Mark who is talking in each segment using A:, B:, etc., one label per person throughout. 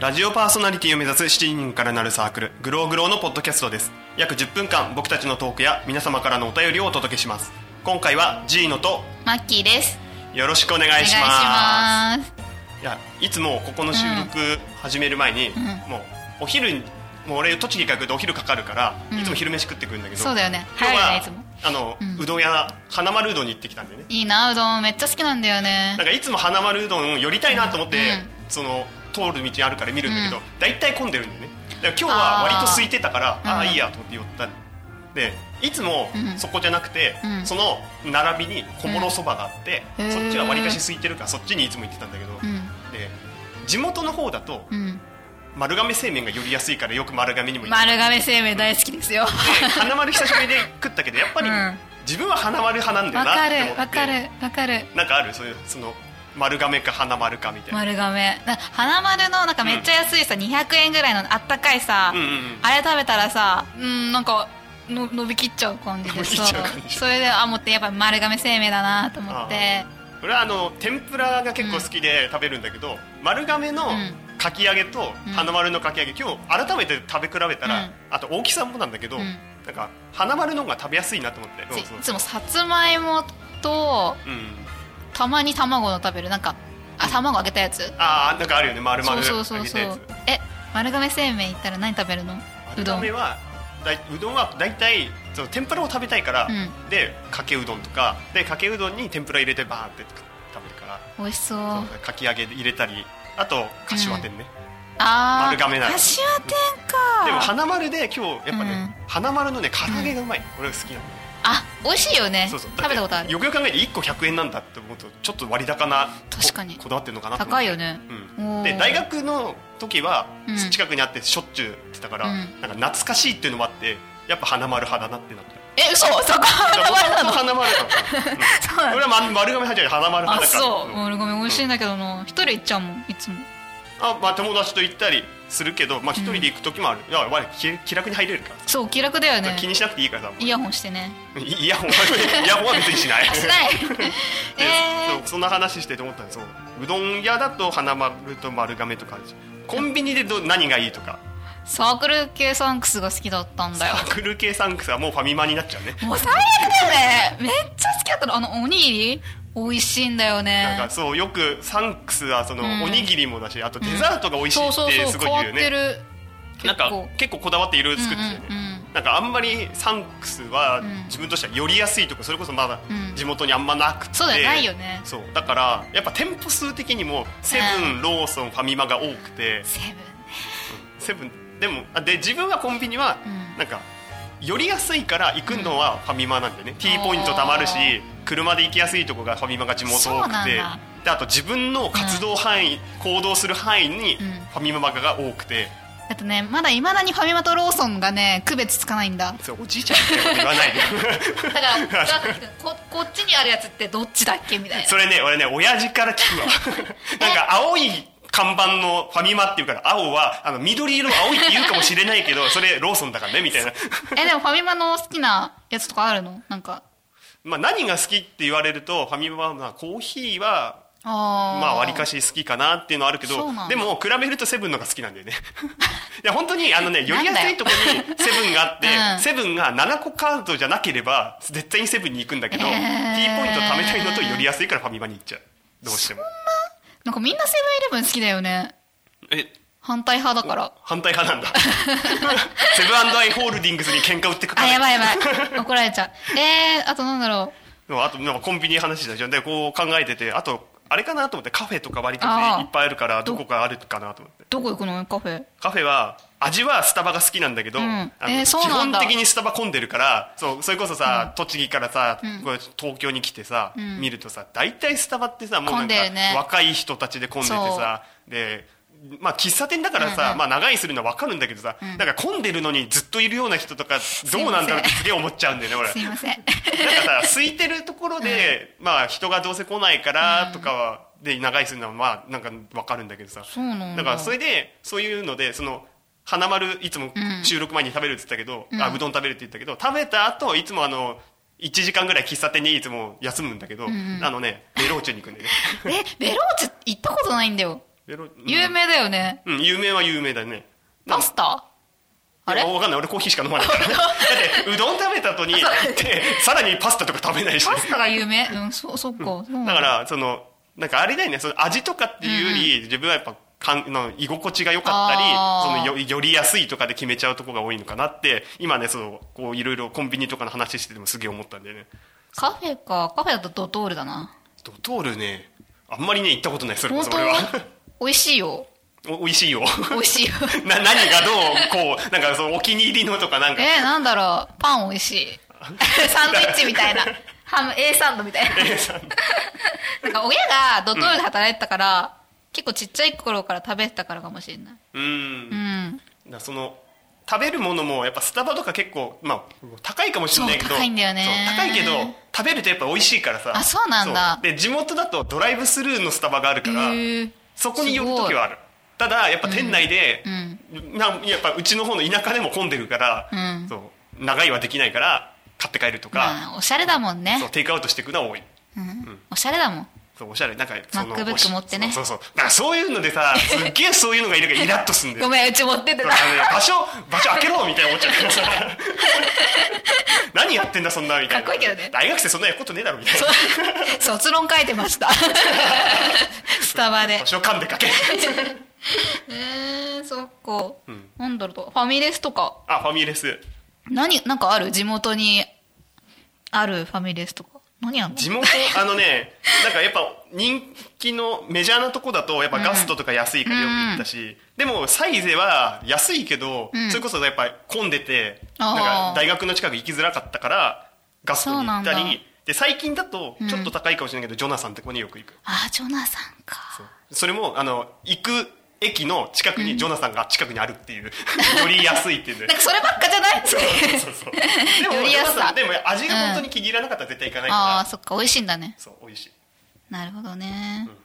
A: ラジオパーソナリティを目指す7人からなるサークルグローグローのポッドキャストです約10分間僕たちのトークや皆様からのお便りをお届けします今回はジーノと
B: マッキーです
A: よろしくお願
B: お願
A: い
B: い
A: し
B: し
A: ます
B: ます
A: いやいつもここの収録始める前に、もうお昼にもう俺栃木から来るとお昼かかるから、
B: うん
A: いつも昼飯食ってくるんだけど
B: そうだよね
A: 今日は
B: 早いよねいつも
A: あの、う
B: うん
A: どん屋花丸うどんに行ってきたんでね
B: いいなうどんめっちゃ好きなんだよね
A: なんかいつも花丸うどんを寄りたいなと思って、
B: う
A: その通る道あるから見るんだけど
B: うん
A: 大体、混んでるんだよねだから今日は割と空いてたから
B: あー
A: ああ
B: うん
A: いいやと思って寄ったんでいつも
B: うん
A: そこじゃなくて、
B: うん
A: その並びに小諸そばがあって、
B: うん
A: そっちは割りかし空いてるからそっちにいつも行ってたんだけど、
B: うん
A: で地元の方だと
B: うん
A: 丸亀製麺が寄りやすいからよく丸亀にも行って
B: 丸亀製麺大好きですよ
A: 花丸久しぶりで食ったけどやっぱり
B: うん
A: 自分は花丸派なんだよ
B: わ
A: な
B: か
A: って思っ
B: る
A: て
B: わかるわかる
A: なんかあるそういうその丸亀か花丸かみたいな、
B: 丸亀な花丸のなんかめっちゃ安いさ、200円ぐらいのあったかいさ、
A: うんうんうん
B: あれ食べたらさうんなんかの伸びきっちゃう感じで
A: 伸びきっちゃう感じ
B: そうそれであ思ってやっぱ丸亀製麺だなと思って
A: 俺はあの天ぷらが結構好きで食べるんだけど、丸亀の
B: ん
A: かき揚げと
B: うん
A: 花丸のかき揚げ今日改めて食べ比べたら、
B: うん
A: あと大きさもなんだけど、
B: うん
A: なんか花丸の方が食べやすいなと思って
B: つい
A: そうそう
B: つもさつまいもと
A: うん、
B: たまに卵の食べるなんかあ卵揚げたやつ
A: ああなんかあるよね丸
B: そ
A: 々
B: うそう
A: 揚
B: そう
A: げ
B: そ
A: たや
B: う
A: つ
B: え丸亀製麺行ったら何食べるのう
A: 丸
B: どん
A: 亀はだいうどんは大体その天ぷらを食べたいから、
B: うん
A: でかけうどんとかでかけうどんに天ぷら入れてバーンって食べるから
B: 美味しそう
A: そうかき揚げで入れたりあと柏天ね、
B: あー
A: 丸亀なの
B: 柏天か
A: でも花丸で今日やっぱね、
B: う
A: 花丸のね唐揚げがうまい、俺が好きなの
B: あ美味しいよね
A: そうそう
B: 食べたことあ
A: だって
B: る
A: よくよく考えて1個100円なんだって思うとちょっと割高なこ
B: 確かに
A: こだわってるのかなと思って
B: 高いよね
A: うん、
B: おー
A: で大学の時は
B: うん
A: 近くにあってしょっちゅう行ってたから、
B: うん
A: なんか懐かしいっていうのもあってやっぱ花丸派だなってなった
B: え嘘そこ花丸なの
A: 花丸派だった、
B: そ
A: う
B: うなんん
A: 俺
B: だ
A: は丸丸亀派じゃない花丸
B: あ
A: 派だから
B: そう
A: うん
B: 丸亀美味しいんだけどな一人行っちゃうもんいつも
A: あまあ、友達と行ったりするけど、まあ、一人で行く時もある、いや割と気気楽に入れるから
B: そう気楽だよね
A: 気にしなくていいからさもう
B: イヤホンしてね
A: い イヤホンはイヤホンは別に しない
B: あしない
A: で
B: え
A: そうそんな話してて思ったんですようどん屋だと花丸と丸亀とかあるしコンビニでど何がいいとか
B: ーサークル系サンクスが好きだったん
A: サ
B: だよ
A: ークル系サンクスはもうファミマになっちゃうね
B: もう最悪だよねめっちゃ好きだったのあのおにぎり美味しいんだよ
A: なん
B: ね
A: かそうよくサンクスはその
B: うん
A: おにぎりもだしあとデザートが美味しい
B: そう
A: っ
B: そう
A: て
B: そ
A: す
B: う
A: ご
B: 変
A: い
B: わ
A: 言う
B: っ
A: よ
B: て
A: ね
B: る
A: なんか
B: 結構
A: 結構こだわっていろいろ作ってたよね、
B: うんうんうん
A: なんかあんまりサンクスは
B: ん
A: 自分としては寄りやすいとかそれこそまだ
B: うん
A: 地元にあんまなくて、
B: そうだよないよね
A: そうだからやっぱ店舗数的にもセブン、ローソンファミマが多くて
B: セブン
A: セブンでもあで自分はコンビニは
B: うん
A: なんか寄りやすいから行くのはファミマなんでね、T ポイントたまるし
B: あー
A: 車で行きやすいとこがファミマが地元
B: そう
A: 多
B: な
A: く
B: ん
A: て
B: だ
A: であと自分の活動範囲、行動する範囲に
B: うん
A: ファミママガが多くて。
B: あとねまだいまだにファミマとローソンがね区別つかないんだ
A: それおじいちゃんみたいなこと言わ ないで
B: だからこ こっちにあるやつってどっちだっけみたいな
A: それね俺ね親父から聞くわ なんか青い看板のファミマっていうから青はあの緑色の青いって言うかもしれないけ どそれローソンだからねみたいな
B: えでもファミマの好きなやつとかあるのなんか
A: まあ何が好きって言われるとファミマはまあコーヒーは
B: ああ
A: まあわりか
B: し
A: し好きかなっていうのはあるけ
B: そう
A: ど
B: なんだ
A: でも比べるとセブンのが好きなんだよね いや本当にあのね寄りやすいとこにセブンがあって、
B: うん
A: セブンが7個カードじゃなければ絶対にセブンに行くんだけど、
B: へ
A: T ポイン
B: ー
A: ト貯めたいのと寄りやすいからファミマに行っちゃうどうしても
B: なんかみんなセブンイレブン好きだよね
A: え
B: 反対派だから
A: 反対派なん だセブンアイ・ホールディングスに喧嘩売ってくか
B: あ
A: ら
B: やばいやばい怒られちゃうえー、あとなんだろ
A: でもあとなんかコンビニ話だじゃんでこう考えててあとあれかなと思ってカフェとか割とね
B: ああ
A: いっぱいあるからどこかあるかなと思って
B: うどこ行くのカフェ
A: カフェは味はスタバが好きなんだけど、
B: うん
A: あの
B: えー
A: 基
B: そうな
A: 本
B: んだ
A: 的にスタバ混んでるからそうそれこそさ、栃木からさ、
B: ん
A: こう東京に来てさ、
B: ん
A: 見るとさ大体スタバってさもうな
B: 混
A: ん
B: ん
A: か
B: でるね
A: 若い人たちで混んでてさで、まあ、喫茶店だからさ、
B: うんうん
A: まあ、長居するのは分かるんだけどさ、
B: ん
A: なんか混んでるのにずっといるような人とかどうなんだろうってすげえ思っちゃうんだよね俺。
B: すいません
A: なんかさ空いてるところで、まあ人がどうせ来ないからとかは、で長居するのはまあなんかわかるんだけどさ
B: そうなんだ
A: からそれでそういうのでその花丸いつも
B: うん
A: 収録前に食べるって言ったけど、
B: ん
A: あうどん食べるって言ったけど食べた後いつもあの1時間ぐらい喫茶店にいつも休むんだけど、
B: んうん
A: あのねベローチェに行くんでね
B: えベローチェ行ったことないんだよ
A: ベロ、うん
B: 有名だよね
A: うん有名は有名だね
B: パスタあれ
A: いやわかんない俺コーヒーしか飲まない からだってうどん食べた後にでさらにパスタとか食べないし
B: パスタが有名うんそそっか、そう
A: だからそのなんかあれだよねその味とかっていうより、自分はやっぱかんの居心地が良かった
B: あー
A: りそのよより安いとかで決めちゃうとこが多いのかなって今ねそうこういろいろコンビニとかの話しててもすげえ思ったんだよね
B: カフェかカフェだとドトールだな
A: ドトールねあんまりね行ったことないそれこ
B: 本
A: そ
B: 当
A: 俺は
B: 美味しいよ
A: お美味しいよ
B: 美味 しいよ
A: な何がどうこうなんかそのお気に入りのとかなんか
B: えー、なんだろうパン美味 しいサンドイッチみたいなハム A サンドみたいな
A: A さん
B: なんか親がドトールで働いてたから、結構ちっちゃい頃から食べてたからかもしれない
A: うん
B: うん
A: だからその食べるものもやっぱスタバとか結構、まあ、高いかもしれないけど
B: そう高いんだよ
A: そ
B: ね
A: う高いけど食べるとやっぱ美味しいからさ
B: あそうなんだ
A: そうで地元だとドライブスルーのスタバがあるから、
B: へえ
A: そこに寄る時はあるただやっぱ店内で、なんやっぱうちの方の田舎でも混んでるから、
B: うん
A: そう長いはできないから買って帰るとか、
B: まあおしゃれだもんね
A: そうテイクアウトしていくのは多い
B: うん、おしゃれだもん
A: そうおしゃれなんかその
B: MacBook
A: おし
B: 持ってね
A: そうそうそうだからそういうのでさすっげえそういうのがいるからイラッとすんだよ
B: ごめんうち持ってってた
A: あのね場所場所開けろみたいな思っちゃうからさ 何やってんだそんなみたいな
B: かっこいいけどね
A: 大学生そんなやることねえだろみたいな
B: 卒論書いてま したスタバで
A: 場所噛んでかけ
B: えー、そっか、
A: ん
B: なんだろうとファミレスとか
A: あファミレス
B: 何なんかある地元にあるファミレスとか何やんの
A: 地元あの ねなんかやっぱ人気のメジャーなとこだとやっぱガストとか安いからよく行ったし、でもサイゼは安いけど、
B: ん
A: それこそやっぱ混んでて
B: あ
A: な
B: ー
A: んか大学の近く行きづらかったからガストに行った
B: そうなんだ
A: りで最近だとちょっと高いかもしれないけど、ジョナサンってここによく行く
B: あージョナさんか
A: それもあの行く駅の近くにジョナサンが近くにあるっていう、 より安いっていうね
B: なんかそればっかじゃない
A: そうそうでも
B: より安さ
A: ジョナサンでも味が本当に気に入らなかったら絶対行かないから、
B: ああーそっか美味しいんだね
A: そう美味しい、
B: なるほどね
A: うん、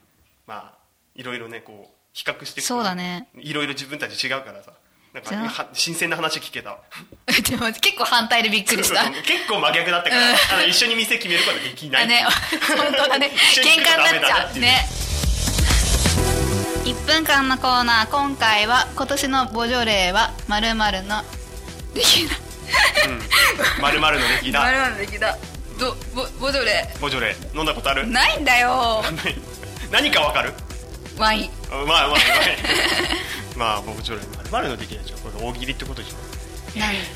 A: まあいろいろねこう比較していくと
B: そうだね
A: いろいろ自分たち違うからさなん
B: じ
A: か
B: ゃあ
A: は新鮮な話聞けた
B: でも結構反対でびっくりし
A: 結
B: た
A: 構真逆だったから、
B: うん
A: あの一緒に店決めることはで きない
B: だね本当だね
A: 一緒に
B: 喧嘩になっちゃ
A: ダメだなっ
B: う
A: ていう
B: ね1分間のコーナー今回は今年のボジョレーはまるまるのでき
A: まるまるの出来
B: なま
A: だ
B: るまるできだどボボジョレ
A: ボジョレ飲んだことある
B: ーないんだよ
A: 何かわかる
B: ワイン
A: まあま あまあまあ僕ちょっとまるのできないでしょこれ大喜利ってことでしょ
B: ないね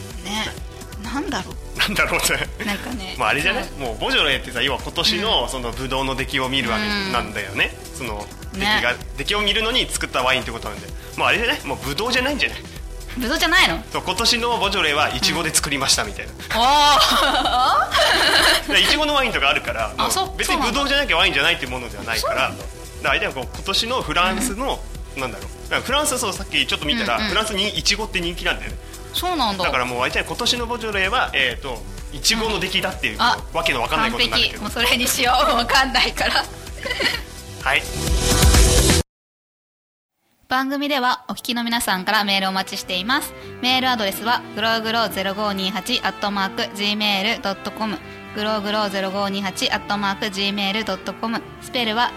B: なんだろ
A: なんだろうね
B: うなんかね
A: まああれじゃない もうボジョレーってさ要は今年のそのブドウの出来を見るわ
B: う
A: け
B: ん
A: なんだよねその出
B: ね
A: 来が出来を見るのに作ったワインってことなんでもうあれじゃないもうブドウじゃないんじゃない
B: ブドウじ ゃないの
A: そう今年のボジョレーはイチゴで作りましたみた いな
B: おお
A: でイチゴのワインとかあるからもう
B: そう
A: 別
B: そう
A: に
B: なんだ
A: ブドウじゃなきゃワインじゃないっていうものではないからだから相手はこう今年のフランスのなんだろうだからフランスはそうさっきちょっと見たら
B: うんうん
A: フランスにイチゴって人気なんだよね
B: そうなんだ
A: だからもうあいつら今年のボジョレーはえっ、といちごの出来だっていう、
B: あ
A: わけのわかんない
B: 完
A: ことになるけ
B: 璧
A: ど
B: もうそれにしようわかんないから
A: はい
B: 番組ではお聞きの皆さんからメールをお待ちしていますメールアドレスはグログロ0528アットマーク Gmail.com グログロ0528アットマーク Gmail.com スペルは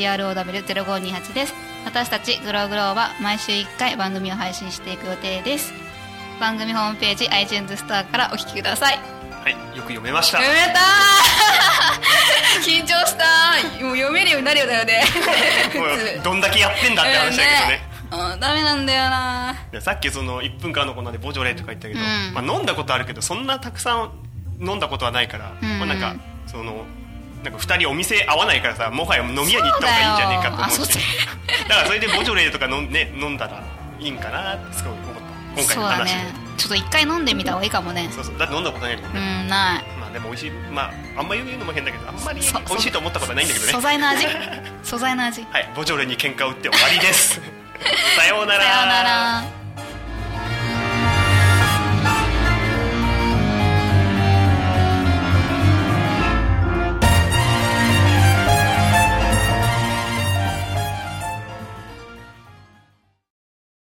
B: GLOWGROW0528GLOWGROW0528 です私たちグログロは毎週1回番組を配信していく予定です番組ホームページ iTunes ストアからお聞きください
A: はいよく読めました
B: 読めたー 緊張したーもう読めるようになるようだよね普
A: も
B: 通
A: うどんだけやってんだって話だけどね,、
B: うんねうんダメなんだよな
A: でさっきその1分間のコーナーでボジョレーとか言ったけど、
B: うん
A: まあ、飲んだことあるけどそんなたくさん飲んだことはないから、
B: うんうん
A: まあ、なんかそのなんか2人お店合わないからさもはや飲み屋に行った方がいいんじゃねえかと思って
B: そうだよ
A: だからそれでボジョレーとか飲ん,、ね、飲んだらいいんかなってすごい思った今回
B: そう
A: の
B: だ
A: 話
B: ね
A: で
B: ちょっと一回飲んでみた方がいいかもね
A: そうそうだって飲んだことないけどね、
B: うんない
A: まあでも美味しいまああんまり言うのも変だけどあんまり
B: そ
A: 美味しいと思ったことはないんだけどね
B: 素材の 味素材の味さ よ
A: はいボジョレに喧嘩を打って終わりですさようなら
B: うなら